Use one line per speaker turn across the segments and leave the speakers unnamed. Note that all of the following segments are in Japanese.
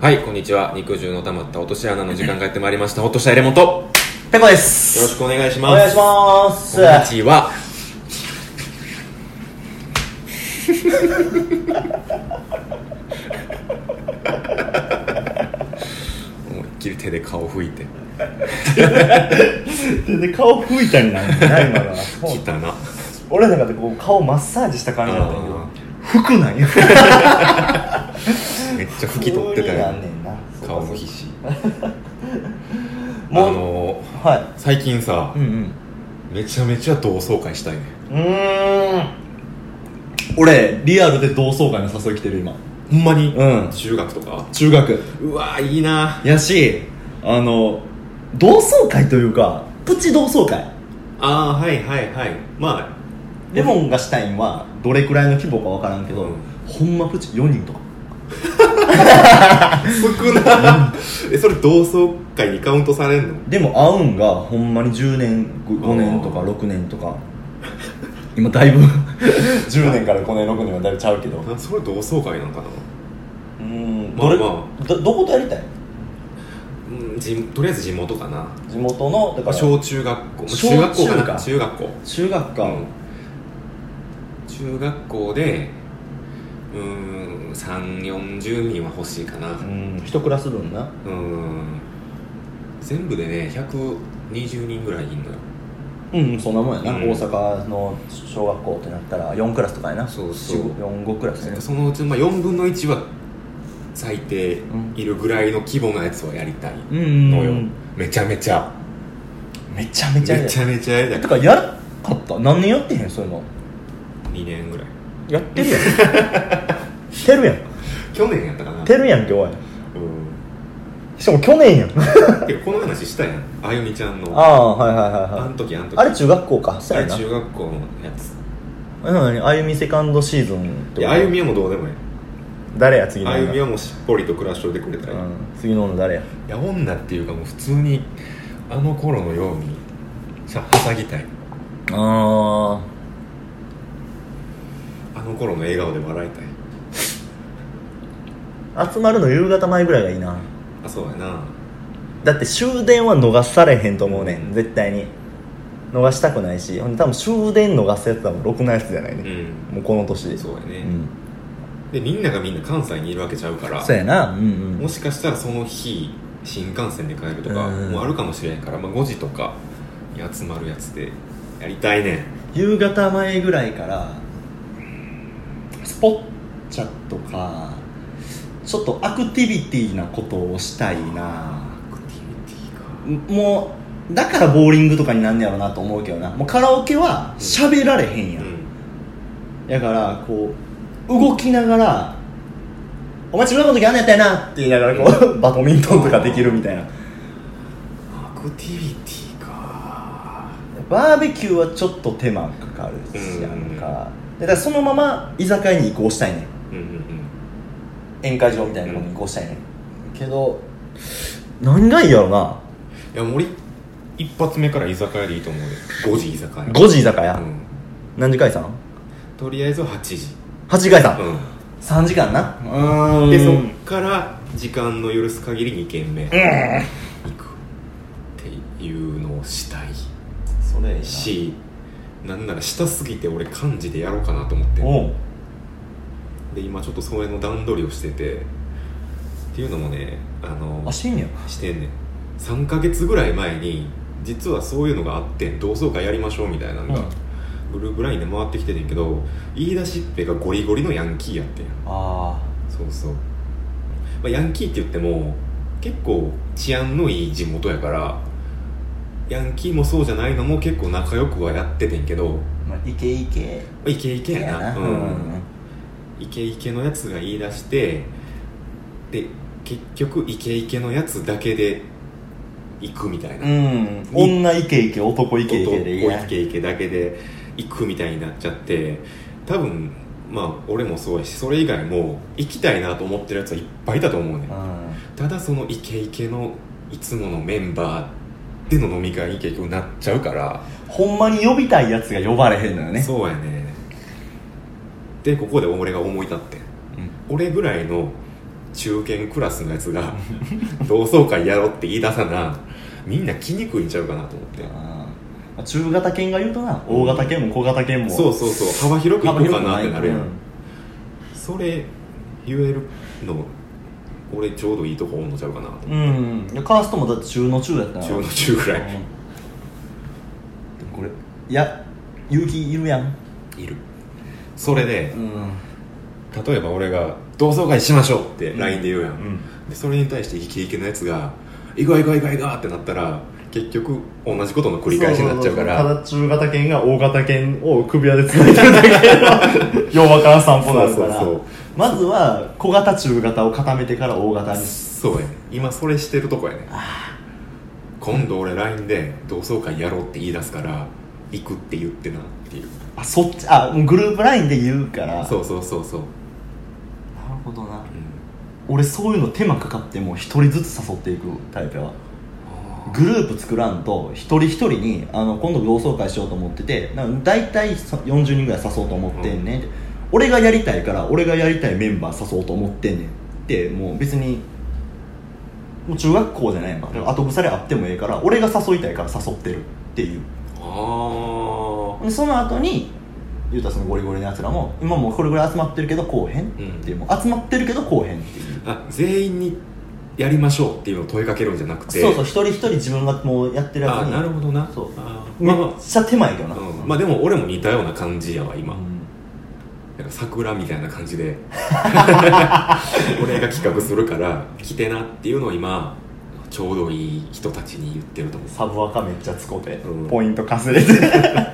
はい、こんにちは。肉汁の溜まった落とし穴の時間がやってまいりました。落としたエレモンと、よ
ペコで
ろ
す
しくお願いし
お
ます。
願いします
こんにちは。思いっきり手で顔拭いて、
で顔拭いたになるんだ今のはも
汚
う
な。
俺の中でこう顔マッサージした感じだったけど
あ
服なんよ
めっちゃ拭き取ってた
よ
よ
ね。んな
顔も必死。あ
もう
のー、
は
最近さ
い、うん
めちゃめちゃ同窓会したいね。
うんうーん俺リアルで同窓会の誘い来てる今
ほんまに
うん
中学とか
中学
うわーいいな
やしあの同窓会というかプチ同窓会
ああーはいはいはいま
レモンがしたいんはどれくらいの規模かわからんけど、
うん
ほんまプチ4人とか
あ少なえそれ同窓会にカウントされんの
でも会うんがほんまに10年5年とか
あ
6年とか今だ いぶ10年から5年6年はだいぶちゃうけどう
あそれ同窓会なんかな
ーん
まあ
どれ、
ま
どどことやりたい
うん地とりあえず地元かな
地元のだから
小中学校
小
中学校かな
中か
中学校
中学か、
うん中学校でうーん3 4 0人は欲しいかな
うん一クラス分な
うん全部でね120人ぐらいいんのよ
うん、そんなもんやな、
うん
大阪の小学校ってなったら4クラスとかやな
そうそう
45クラスやね
そのうちの、まあ、4分の1は最低いるぐらいの規模のやつをやりたい
うん
のよ、めちゃめちゃ
めちゃめ
め
ちゃやり
ち
たい
ゃめちゃやりた
て
い
かやらかった何年やってへんそういうの
2年ぐらい
やってるやん てるやん
去年やったかな
てるやんけおい
うん
しかも去年やん
てかこの話したやんあゆみちゃんの
あ
あ
あはいはいはいは
ん
い
時あん時
あれ中学校かそう
あ
や
れ
な
中学校のやつ
えなにあゆみセカンドシーズンってこと
いやあゆみはもうどうでもいい
誰や次の
あゆみ
女
はもうしっぽりと暮らしといてくれたらいい、
う
い
ん次の女誰や
や女っていうかもう普通にあの頃のようにさはしゃぎたい
あ
あの頃の笑顔で笑いたい
あ集まるの夕方前ぐらいがいいな
あそうやな
だって終電は逃されへんと思うねん絶対に逃したくないしほんで多分終電逃すやつはもうろくなやつじゃないうね、
ん
もうこの年で
そうやね、
うん
でみんながみんな関西にいるわけちゃうから
そうやなうんうん
もしかしたらその日新幹線で帰るとか
うん
もうあるかもしれんから、まあ、5時とかに集まるやつでやりたいね
夕方前ぐらいからスポッチャとかちょっとアクティビティなことをしたいな
アクティビティか
もうだからボーリングとかになんねやろなと思うけどなもうカラオケは喋られへんや、
うんん
だからこう動きながら「お前中学校の時あんなんやったよな」って言いながらこうバドミントンとかできるみたいな
アクティビティか
バーベキューはちょっと手間かかるしやんか,、でだからそのまま居酒屋に移行したいね
う
ん
んうんうん
宴会場みたいなとこに移行したいね、けど何がいいやろない
やもう俺一発目から居酒屋でいいと思うよ5時居酒屋
5時居酒屋、
うん
何時解散
とりあえず8時
?8 時解散、
う
三3時間なうんん
でそっから時間の許す限り2軒目行くっていうのをしたい
それいいな
しなんならしたすぎて俺漢字でやろうかなと思って
おう
で今ちょっとそれの段取りをしててっていうのもねあの
あしんや
してんねん3ヶ月ぐらい前に実はそういうのがあって同窓会やりましょうみたいなのが、グループラインで回ってきててんけど言い出しっぺがゴリゴリのヤンキーやってん
あ
そうそう、まあ、ヤンキーって言っても結構治安のいい地元やからヤンキーもそうじゃないのも結構仲良くはやっててんけど、ま
あまあイケイケ
あイケイケやな
う
うん
ん
イケイケのやつが言い出してで結局イケイケのやつだけで行くみたいな、
うん女イケイケ男イケイケでいい
男イケイケだけで行くみたいになっちゃって多分まあ俺もそうやしそれ以外も行きたいなと思ってるやつはいっぱいいたと思うねん
うん
ただそのイケイケのいつものメンバーでの飲み会に結局なっちゃうから、
ほんまに呼びたいやつが呼ばれへんのよね
そうやねでここで俺が思い立ってん
うん
俺ぐらいの中堅クラスのやつ が同窓会やろうって言い出さなみんな来にくいんちゃうかなと思って
あー中型犬が言うとな大型犬も小型犬も
そうそうそう幅広くいこ
幅
うか
広く
なっ
い
てなるやんそれ言えるの俺ちょうどいいとこおんのちゃうかなと思って
うんいやカーストもだって中の中やったな
中の中ぐらい
うんでもこれいや勇気いるやん
いるそれで
うん
例えば俺が「同窓会しましょう」って LINE で言うやん、
うん
でそれに対してイケイケのやつが「行こう行こう行こう行こう」ってなったら結局同じことの繰り返しになっちゃうから
そうそうそうただ中型犬が大型犬を首輪でつないでる だけの弱から散歩になるから
そうそうそう
まずは小型中型を固めてから大型に
そうやね今それしてるとこやね今度俺 LINE で同窓会やろうって言い出すから行くって言ってなっていう
あそっちあもうグループラインで言うから
そうそうそうそう、
なるほどな俺そういうの手間かかってもう一人ずつ誘っていくタイプやわグループ作らんと一人一人にあの今度同窓会しようと思っててなんか大体そ40人ぐらい誘おうと思ってんねんって、俺がやりたいから俺がやりたいメンバー誘おうと思ってんねんってもう別にもう中学校じゃないやんか後腐れあってもええから俺が誘いたいから誘ってるっていう
あ
でその後に言うたらそのゴリゴリのやつらも今もうこれぐらい集まってるけどこうへんっていう,、もう集まってるけどこうへんっていう
ああ全員にやりましょうっていうのを問いかけるんじゃなくて
そうそう一人一人自分がもうやってるやつ
あ
に
なるほどな
そう
あー
め
まあ
っ
ま
ちゃ手前やけどな、
あ、うんまあでも俺も似たような感じやわ今、
うん
なんか桜みたいな感じ で俺が企画するから来てなっていうのを今ちょうどいい人たちに言ってると思う
サブアカめっちゃつこて、
うん
ポイント稼い で
や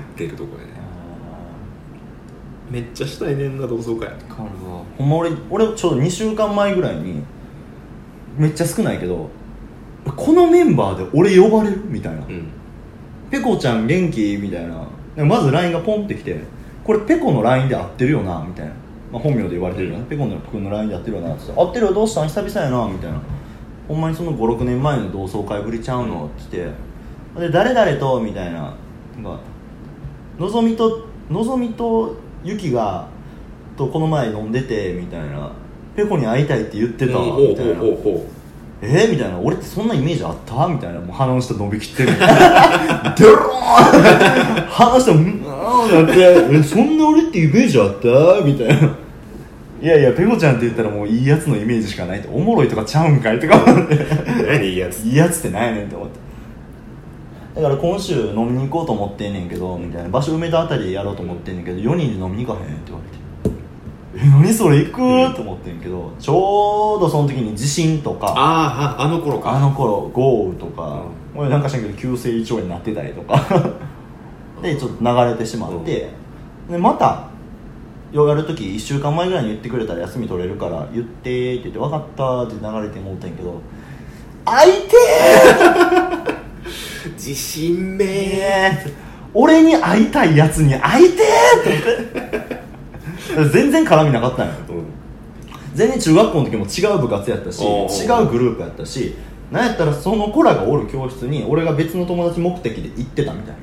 ってるとこやねめっちゃしたいねんな同窓会
変わるわほんま俺俺ちょうど2週間前ぐらいにめっちゃ少ないけどこのメンバーで俺呼ばれるみたいな、
うん
ペコちゃん元気みたいなでまず LINE がポンってきてこれペコの LINE で合ってるよなみたいな、まあ、本名で言われてるよね、ペコの君の LINE で合ってるよなって言って合ってるよどうしたん久々やなみたいなほんまにその56年前の同窓会ぶりちゃうのって来てで誰々とみたいななんかのぞみとのぞみとゆきがとこの前飲んでてみたいなペコに会いたいって言ってた
うん
わ
ほう
みた
ほう
いな
ほうほ
えー、みたいな俺ってそんなイメージあったみたいなもう鼻の下伸びきってる デローン 鼻の下うんうんなってえそんな俺ってイメージあったみたいないやいやペコちゃんって言ったらもういいやつのイメージしかないっておもろいとかちゃうんかいとか思って
う 何いいやつ
いいやつってないねんって思ってだから今週飲みに行こうと思ってんねんけどみたいな場所梅田あたりでやろうと思ってんねんけど4人で飲みに行かへんって言われてえ何それ行く、
うん
と思ってんけどちょうどその時に地震とか
あああの頃か
あの頃豪雨とか、俺なんかしらんけど急性胃腸炎になってたりとかでちょっと流れてしまって、でまたやる時1週間前ぐらいに言ってくれたら休み取れるから言ってって言って分かったって流れてもうたんやけど「あいて
自信
ー
め
俺に会いたいやつに会いてーって言って全然絡みなかったんよ
うん
全然中学校の時も違う部活やったし
おうおう
違うグループやったしなんやったらその子らがおる教室に俺が別の友達目的で行ってたみたい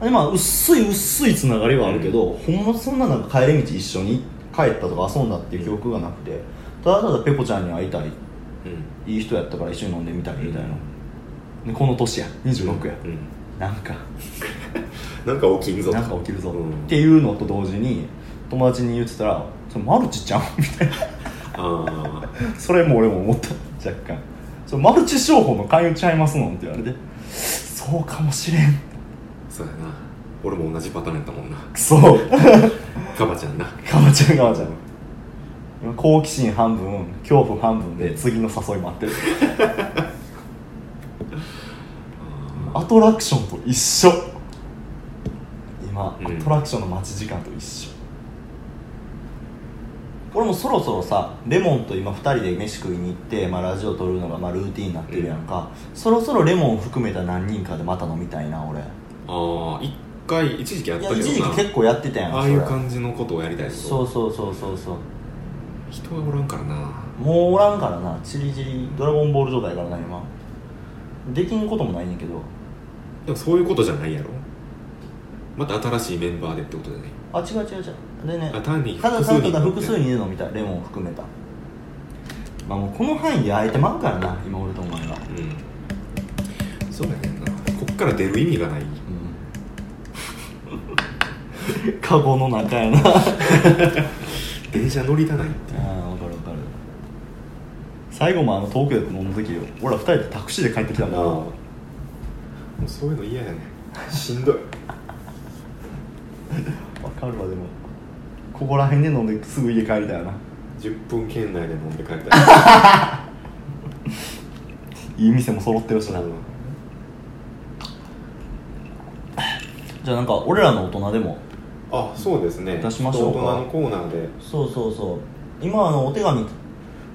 なでまあ薄い薄いつながりはあるけど、ほんまそんななんか帰り道一緒に帰ったとか遊んだっていう記憶がなくてただただペコちゃんに会いたいいい人やったから一緒に飲んでみたいみたいな、でこの年や26や、
うん
なんか
なんか起きんぞと
なんか起きるぞ、
うん
っていうのと同時に友達に言ってたら「それマルチちゃん?」みたいな
ああ
それも俺も思った若干それマルチ商法の勧誘ちゃいますのんって言われてそうかもしれん
そうやな俺も同じパターンやったもんな
クソ
カバちゃんな
かまちゃんかまちゃん今好奇心半分恐怖半分で次の誘い待ってるアトラクションと一緒今、
うん
アトラクションの待ち時間と一緒俺もそろそろさレモンと今2人で飯食いに行って、まあ、ラジオ撮るのがまあルーティンになってるやんか、そろそろレモン含めた何人かでまた飲みたいな俺
ああ一回一時期やっ
い
た
や
けどな
一時期結構やってたやん
ああいう
それ
感じのことをやりたい
そうそうそうそうそう
人はおらんからな
もうおらんからなチリチリドラゴンボール状態やからな今できんこともないねんけど
でもそういうことじゃないやろまた新しいメンバーでってことじゃない
あ違う違う違うでね
あ単に
ただ
複数
ただ
人
ただ複数人で飲みたいレモン含めたまあもうこの範囲で空いてまうからな今俺とお前が
うんそうやねんなこっから出る意味がない
うん カゴの 中やなあ
電車乗りたないって
あ分かる分かる最後もあの東京で飲んだ時よ俺ら2人でタクシーで帰ってきたんだから
もうそういうの嫌やねしんどい
わかるわでもここら辺で飲んですぐ家帰りたいな
10分圏内で飲んで帰った ら
いい店も揃ってるし
う
な、
ん
じゃあなんか俺らの大人でも
あそうですね
出しましょうか
大人のコーナーで
そうそうそう今あのお手紙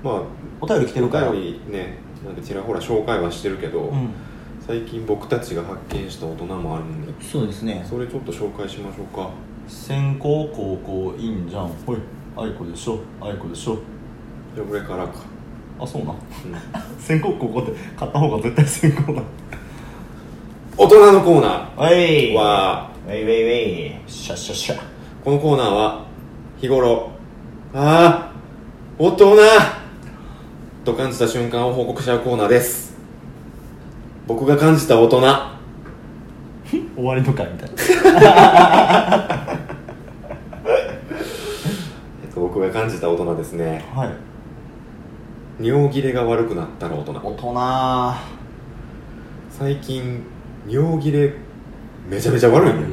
まあ
お便り来てるから
お便りねなんかちらほら紹介はしてるけど、
うん
最近僕たちが発見した大人もあるんで
そうですね
それちょっと紹介しましょうか
先行高校いいんじゃんほいあいこでしょあいこでしょ
じゃあ俺からか、
あそうな
うん
先行高校って買った方が絶対先行だ
大人のコーナ
おい
ーは
ウェイウェイウェイシャッシャッシャ
このコーナーは日頃ああ大人と感じた瞬間を報告し合うコーナーです僕が感じた大人
終わりのかみたいな
えっと僕が感じた大人ですね
はい
尿切れが悪くなったら大人
大人
最近尿切れめちゃめちゃ悪いねん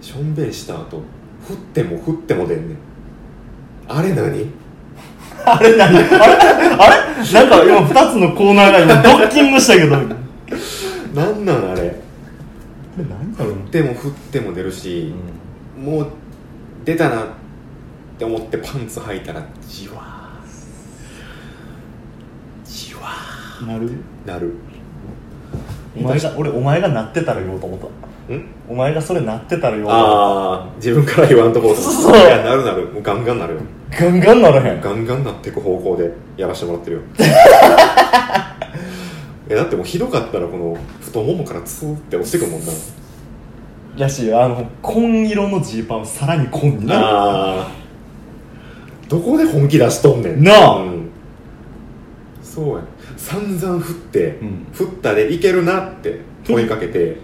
しょんべんした後振っても振っても出んねんあれ何
あれ何あれあれなんか今2つのコーナーが今ドッキングしたけどこ
なんなんあれ
れ何だろうな
振っても振っても出るし、もう出たなって思ってパンツ履いたらじわーじわ
なる
ーなる
お前が俺お前がなってたら言おうと思った
ん
お前がそれなってたら言おうと思っ
ああ自分から言わんとこうと思って
そう
いやなるなるもうガンガンなるよ
たガンガンならへん
ガンガンなってく方向でやらせてもらってるよえだってもうひどかったらこの太ももからツーって落ちてくるもんな
やしあの紺色のジーパンをさらに紺になる
あーどこで本気出しとんねん
なあ
うんそうや散々振って、
うん
振ったでいけるなって声かけて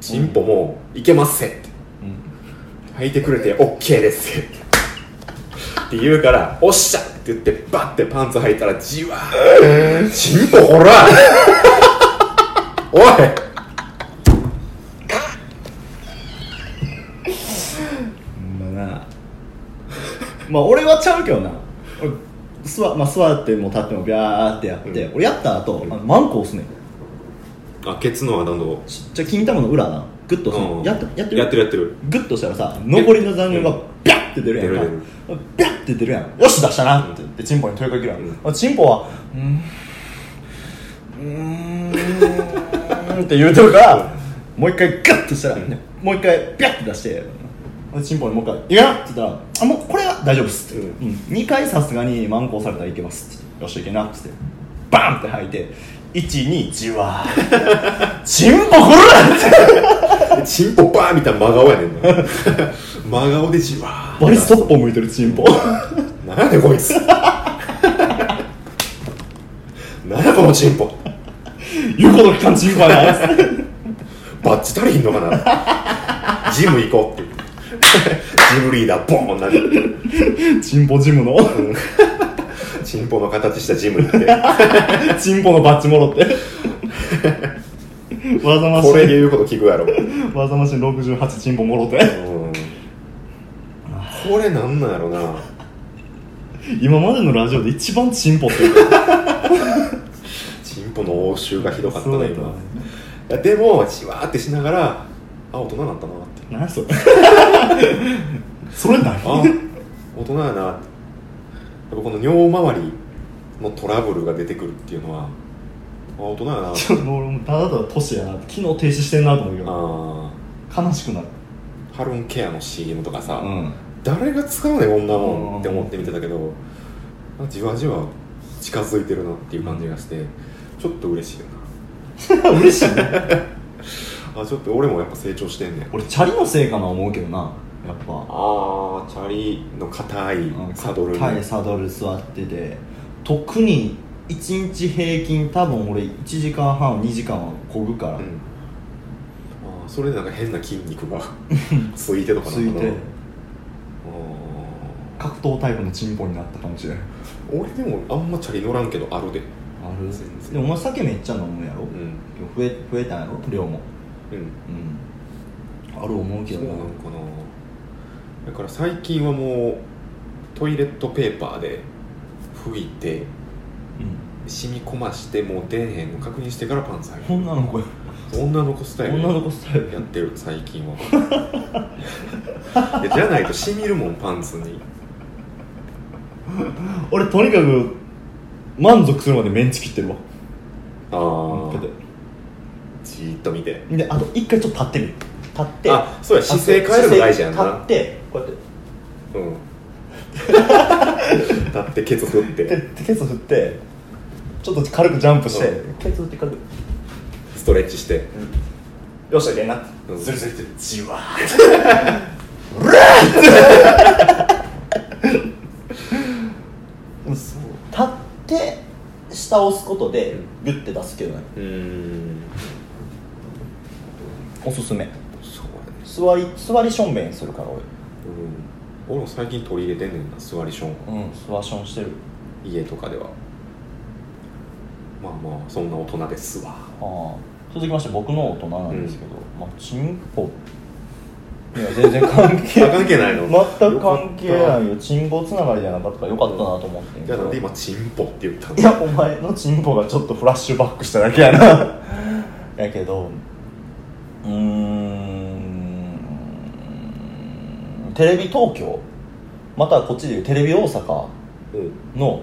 チンポもいけますせって履いてくれて OK ですってって言うから「おっしゃ!」って言ってバッてパンツ履いたらじわーチンポほ らおい
うんまあなまあ俺はちゃうけどな俺座,、まあ、座っても立ってもビャーってやって、
うん
俺やった後あのマンコ押すねん
あケツの穴の
ちっちゃい金玉の裏なグッと押すねん、
うん
やってやってる
やってるやってる
グッとしたらさ残りの残量がビャッて出るやんか
出る
ビャッて出るやんよし出したなって言ってチンポに問いかけるやん、
う
チンポはうーんうーんって言うとるからもう一回ガッとしたら、ねもう一回ビャッて出してチンポにもう一回「いや!」って言ったら「あもうこれは大丈夫っす」って、
う
うん2回さすがにマンコ押されたらいけますってよしいけなっつってバンって吐いて12じわ ーチンポこらって
チンポバーみたいな真顔やねんな 真顔でじわー
バリストッポ向いてるチンポ
なんやねんこいつなんやこのチンポ
言うこと聞かんチンポやなっつって
バッチ足りひんのかなジム行こうってジムリーダーボーンなる
チンポジムの
チンポの形したジム行って
チンポのバッジもろってわざまし
これで言うこと聞くやろ
わざまし68チンポもろて
うんこれなんなんやろな
今までのラジオで一番チンポって言う
チンポの応酬がひどかった
そう
ね
だったね
今いやでもじわーってしながらあ大人になったなって
何それそれ何
あ大人やなやっぱこの尿周りのトラブルが出てくるっていうのはあ大人や なあ
ちょっともう俺もただただ年やなって昨日停止してんなと思うけど
あ
悲しくなる
ーハロンケアの CM とかさ、
ん
誰が使うねんこんなも
うん
んって思って見てたけどあじわじわ近づいてるなっていう感じがしてちょっと嬉しいよな
嬉しいね
あちょっと俺もやっぱ成長してんねん
俺チャリのせいかな思うけどなやっぱ
ああチャリの硬い
うん
サドル
硬いサドル座ってて特に1日平均多分俺1時間半2時間はこぐから、
うんあーそれでなんか変な筋肉がついてとかな
つ
のかない
て
あ
格闘タイプのチンポになったかもしれない
ー俺でもあんまチャリ乗らんけどあるで
ある
全然
でもお前酒めっちゃ飲むやろ、
うん
今日増え増えたんやろ量も
うん
うんある思うけ
そう
ど
な
な
のかなだから最近はもうトイレットペーパーで拭いて染み込ましてもう出えへんの確認してからパンツ
う
履
ん、女の子や
く女の子スタイル
女の子スタイル
やってる最近は いやじゃないと染みるもんパンツに
俺とにかく満足するまでメンチ切ってるわ
ああ
こうやって
じーっと見て
であと一回ちょっと立ってみる立って
あそうや姿勢変えるの大事やんな
姿勢立ってこうや
うん
って
立ってケツ振って
でケツ振ってちょっと軽くジャンプして、
う
ケツ振って軽く、
ストレッチして
よっしゃいけんなって
うん
ズルズルズルじわーってうらーってそう立って下を押すことでギュッて出すけどね
うーん
おすすめ
そうやね
座り座りしょんべんするから
うん俺も最近取り入れてんねんな座りション
俺うん座しょんしてる
家とかではまあまあそんな大人ですわ
ああ続きまして僕の大人なんですけど、まあチンポいや全然関係
あ関係ないの
全く関係
よか
な
っ
いよチンポつながりじゃなかったからよかったなと思ってん
た
け
じゃあなん
ど
で今チンポって言ったの
いやお前のチンポがちょっとフラッシュバックしただけやな やけどうーんテレビ東京またはこっちでいうテレビ大阪
うん
の、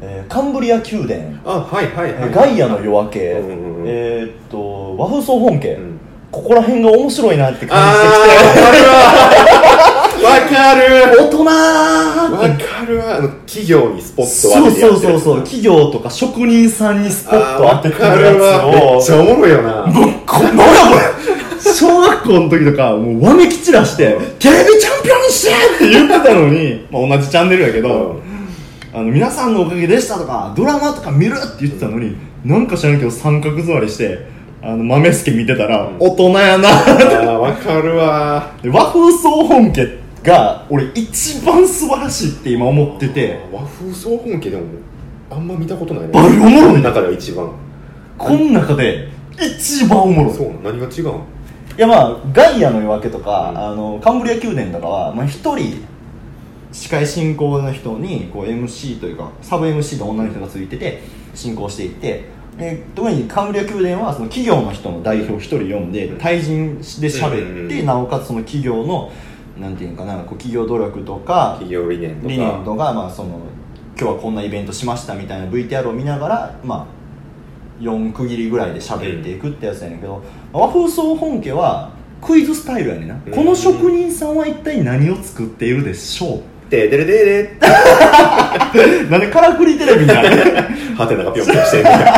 えーカンブリア宮殿
あはいはいはい
ガイアの夜明け、
うんうんうん
えーっと和風総本家、
うん
ここら辺が面白いなって
あーわかるわ
感じてきて大人
わ
ー
わかるわあの企業にスポット
そ
当
う
ててや
そ
って
う
る
そうそう企業とか職人さんにスポット
あ
当
ー
て
わ
てく
か
るや
るわめっ
つ
ち
を
ゃおもろいよな
ぶっこなんだこれ小学校の時とかもうわめき散らして「テレビチャンピオンにして!」って言ってたのに、まあ、同じチャンネルやけど、
うん
あの皆さんのおかげでしたとかドラマとか見るって言ってたのに、なんか知らんけど三角座りしてあの豆助見てたら、
うん
大人やな
あーわかるわ
で和風総本家が俺一番素晴らしいって今思ってて
和風総本家でもあんま見たことないね
バリおもろいね
中では一番
こん中で一番おもろい
そうなの何が違うん
いやまあガイアの夜明けとか、
うん
あのカンブリア宮殿とかはまあ、一人司会進行の人にこう MC というかサブ MC の女の人がついてて進行していってで特にカンブリア宮殿はその企業の人の代表一人呼んで
うん
対
うんう
人で喋っ
ん
て、
うん
なおかつその企業のなんていうのかなこう企業努力とか
企業理念とか
理念とか、まあ、その今日はこんなイベントしましたみたいな VTR を見ながら、まあ、4区切りぐらいで喋っていくってやつやねんけど、和風総本家はクイズスタイルやねんな、
うん
この職人さんは一体何を作っているでしょ
ででれでれって
う なんでからくりテレビにな る
ハテナがぴょんぴょんしてるみたい な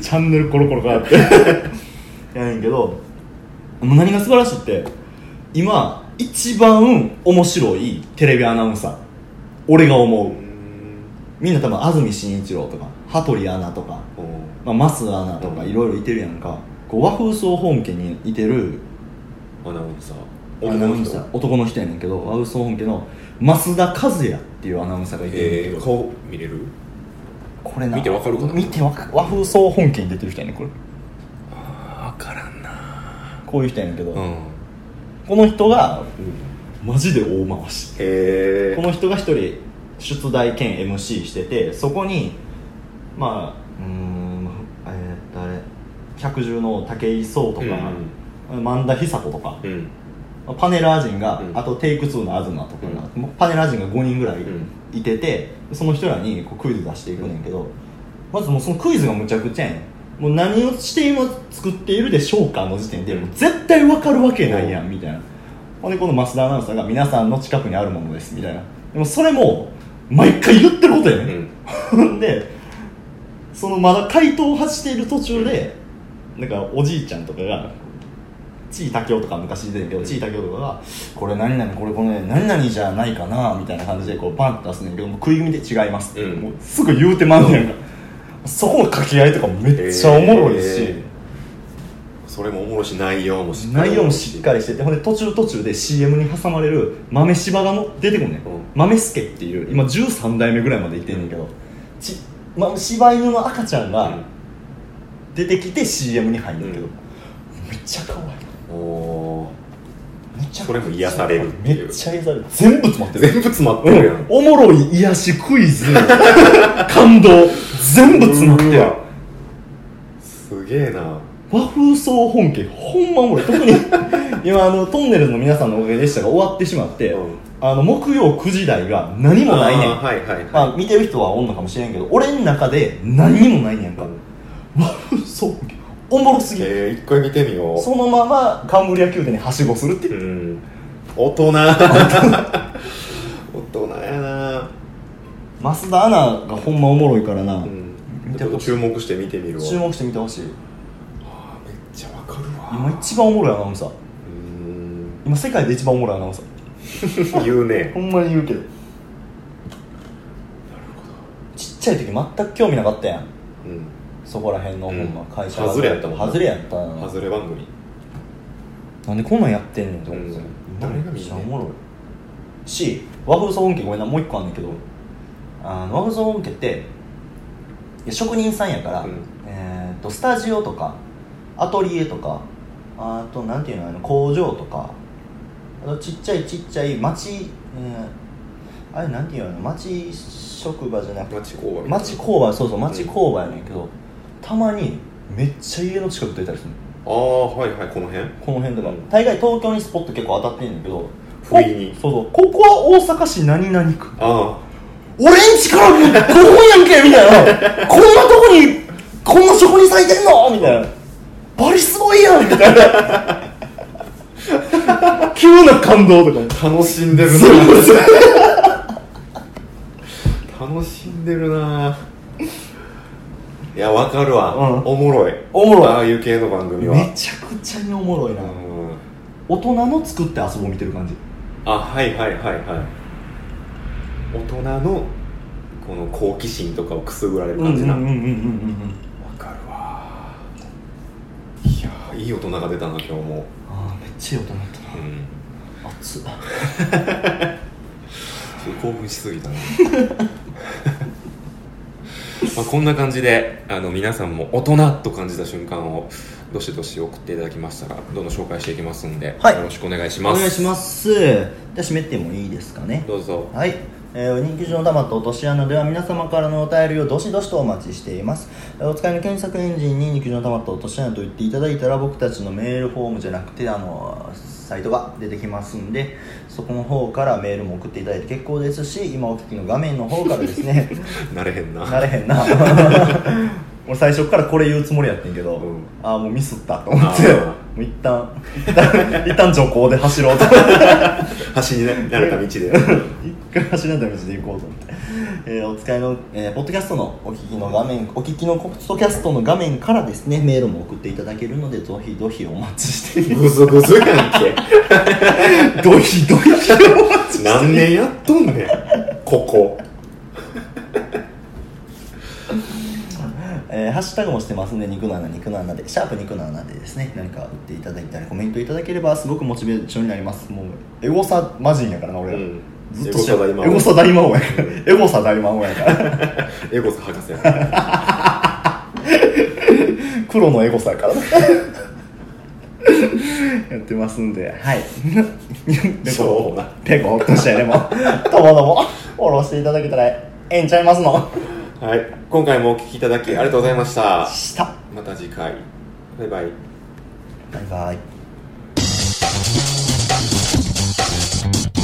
チャンネルコロコロ変わって やねんけどもう何が素晴らしいって今一番面白いテレビアナウンサー俺が思うみんな多分安住紳一郎とか羽鳥アナとか、
うん
まあ、増アナとかいろいろいてるやんかこう和風総本家にいてる
アナウンサー
アナウンサー男の人やねんけど和風総本家の増田和也っていうアナウンサーがいてるん
え
や
ー
けど、
顔見れる
これな
見てわかるかな
見てわか和風総本家に出てる人やねんこれ
わからんな
こういう人やねんけど、
うん
この人がマジで大回し
へえ
この人が一人出題兼 MC しててそこにまあうーんえーっとあれ百獣の武井壮とか、萬田久子とか
う、ん
パネラー陣が、
うん
あとテイク2の東とかが、もうパネラー陣が5人ぐらい
うん
いてて、その人らにこうクイズ出していくねんけど、まずもうそのクイズがむちゃくちゃやねんもう何をして今作っているでしょうかの時点で
うん
もう絶対わかるわけないやんみたいなほんでこの増田アナウンサーが皆さんの近くにあるものですみたいなでもそれも毎回言ってることやね、
うんん
ほんでそのまだ回答を発している途中でなんかおじいちゃんとかがちいたけおとか昔出てんけどちいたけおとかが「これ何々これこれ何々じゃないかな」みたいな感じでこうバンって出すねんけどもう食い気味で違います、
うん
もうすぐ言うてまうねんか、そこの掛け合いとかめっちゃおもろいし、
へそれもおもろいし内容もしっかり
内容もしっかりしててほんで途中途中で CM に挟まれる豆柴がの出てこんね
う
ん、
ん
豆助っていう今13代目ぐらいまでいってんねんけど、ちま、柴犬の赤ちゃんが出てきて CM に入んねんけど、
うん
めっちゃ可愛い
うんおー
めっちゃ
それも癒されるって
め
いう
っちゃ癒される全部詰まってる
全部詰まってるや
うん
ん、
おもろい癒しク イズ感動全部詰まって
う
る
わすげえな
和風総本家ほんまおもろい特 に今あのトンネルズの皆さんのおかげでしたが終わってしまって、
うん
あの木曜9時台が何もないねん
あーはいはいはい、
まあ、見てる人はおんのかもしれんけど俺の中で何にもないねんか和風総本家おもろすぎる
えー、一回見てみよう
そのままカンブリア宮殿にはしごするっていう
うん大 人大人やな、
増田アナがほんまおもろいからな、
うん、
見
ち
て
ょっと
ほしい
注目して見てみるわ
注目してみてほしい
あーめっちゃわかるわ
今一番おもろいアナウンサー
うーん
今世界で一番おもろいアナウンサー
言うね
ほんまに言うけどちっちゃい時全く興味なかったやん
うん
そこら辺のほんま
うん
会社
外れやったもんな
外れやったな
外れ番組
なんでこんなんやってんねんって思ってた
うん誰が見んねん
めっちゃおもろいし和風総本家ごめんなもう一個あんねんけどあの和風総本家っていや職人さんやから、
うん
えー、とスタジオとかアトリエとかあとなんていうのあの工場とかあとちっちゃいちっちゃい町、えーあれなんていうの町職場じゃなくて
町工場
町工場そうそう町工場やねんけど、たまにめっちゃ家の近くといたりするの
ああはいはいこの辺
この辺とか大概東京にスポット結構当たってんねんけど
不意に
こそうそうここは大阪市何々区
あ
俺んちから5分やんけみ たいなこんなとこにこんな職人さんいてんのみたいなバリすごいやんみたいな 急な感動とか
あ楽しんでるな
全部
楽しんでるないやわかるわ、
うん
おもろい
おもろい
ああいう系の番組は
めちゃくちゃにおもろいな
うん
大人の作って遊ぼう見てる感じ
あはいはいはいはい大人のこの好奇心とかをくすぐられる感じなわ、
うんうんうん
かるわいやーいい大人が出たな今日も、
ああめっちゃいい音鳴った
うん、
な熱っ
ちょっと興奮しすぎたな まあこんな感じであの皆さんも大人と感じた瞬間をどしどし送っていただきましたらどんどん紹介していきますんで、
はい
よろしくお願いし
お
ます
願いしますじゃあ閉めてもいいですかね
どう ぞ
はい、えー、人気上の玉と落とし穴では皆様からのお便りをどしどしとお待ちしていますえーお使いの検索エンジンに肉上の玉と落とし穴と言っていただいたら僕たちのメールフォームじゃなくてあのサイトが出てきますんでそこの方からメールも送っていただいて結構ですし今お聞きの画面の方からです ね
なれへんな
なれへんな 俺最初からこれ言うつもりやってんけど、
うん
ああもうミスったと思って
あー
もう一旦 一旦一旦徐行で走ろうと
橋になれた道で
一回走らない道で行こうと思って、えーお使いの、えーポッドキャストのお聞きの画面お聞きのポッドキャストの画面からですねメールも送っていただけるのでどひどひお待ちしていま
ぐずぐずやんけ
すどひどひお待ち
何年やっとんねんここ
えーハッシュタグもしてますんで肉の穴肉の穴でシャープ肉の穴でですね何か打っていただいたりコメントいただければすごくモチベーションになりますもうエゴサ魔人やからな俺ら、
うん
ずっとしよう
エゴサ大魔王
エゴサ大魔王やからエゴサ大魔王やから
エゴス博士やから
黒のエゴサやから やってますんで はい
そうな
ペコ落としてでも ともどもフォローしていただけたらええんちゃいます の
はい今回もお聞きいただきありがとうございました
した
また次回バイバイ
バイバイ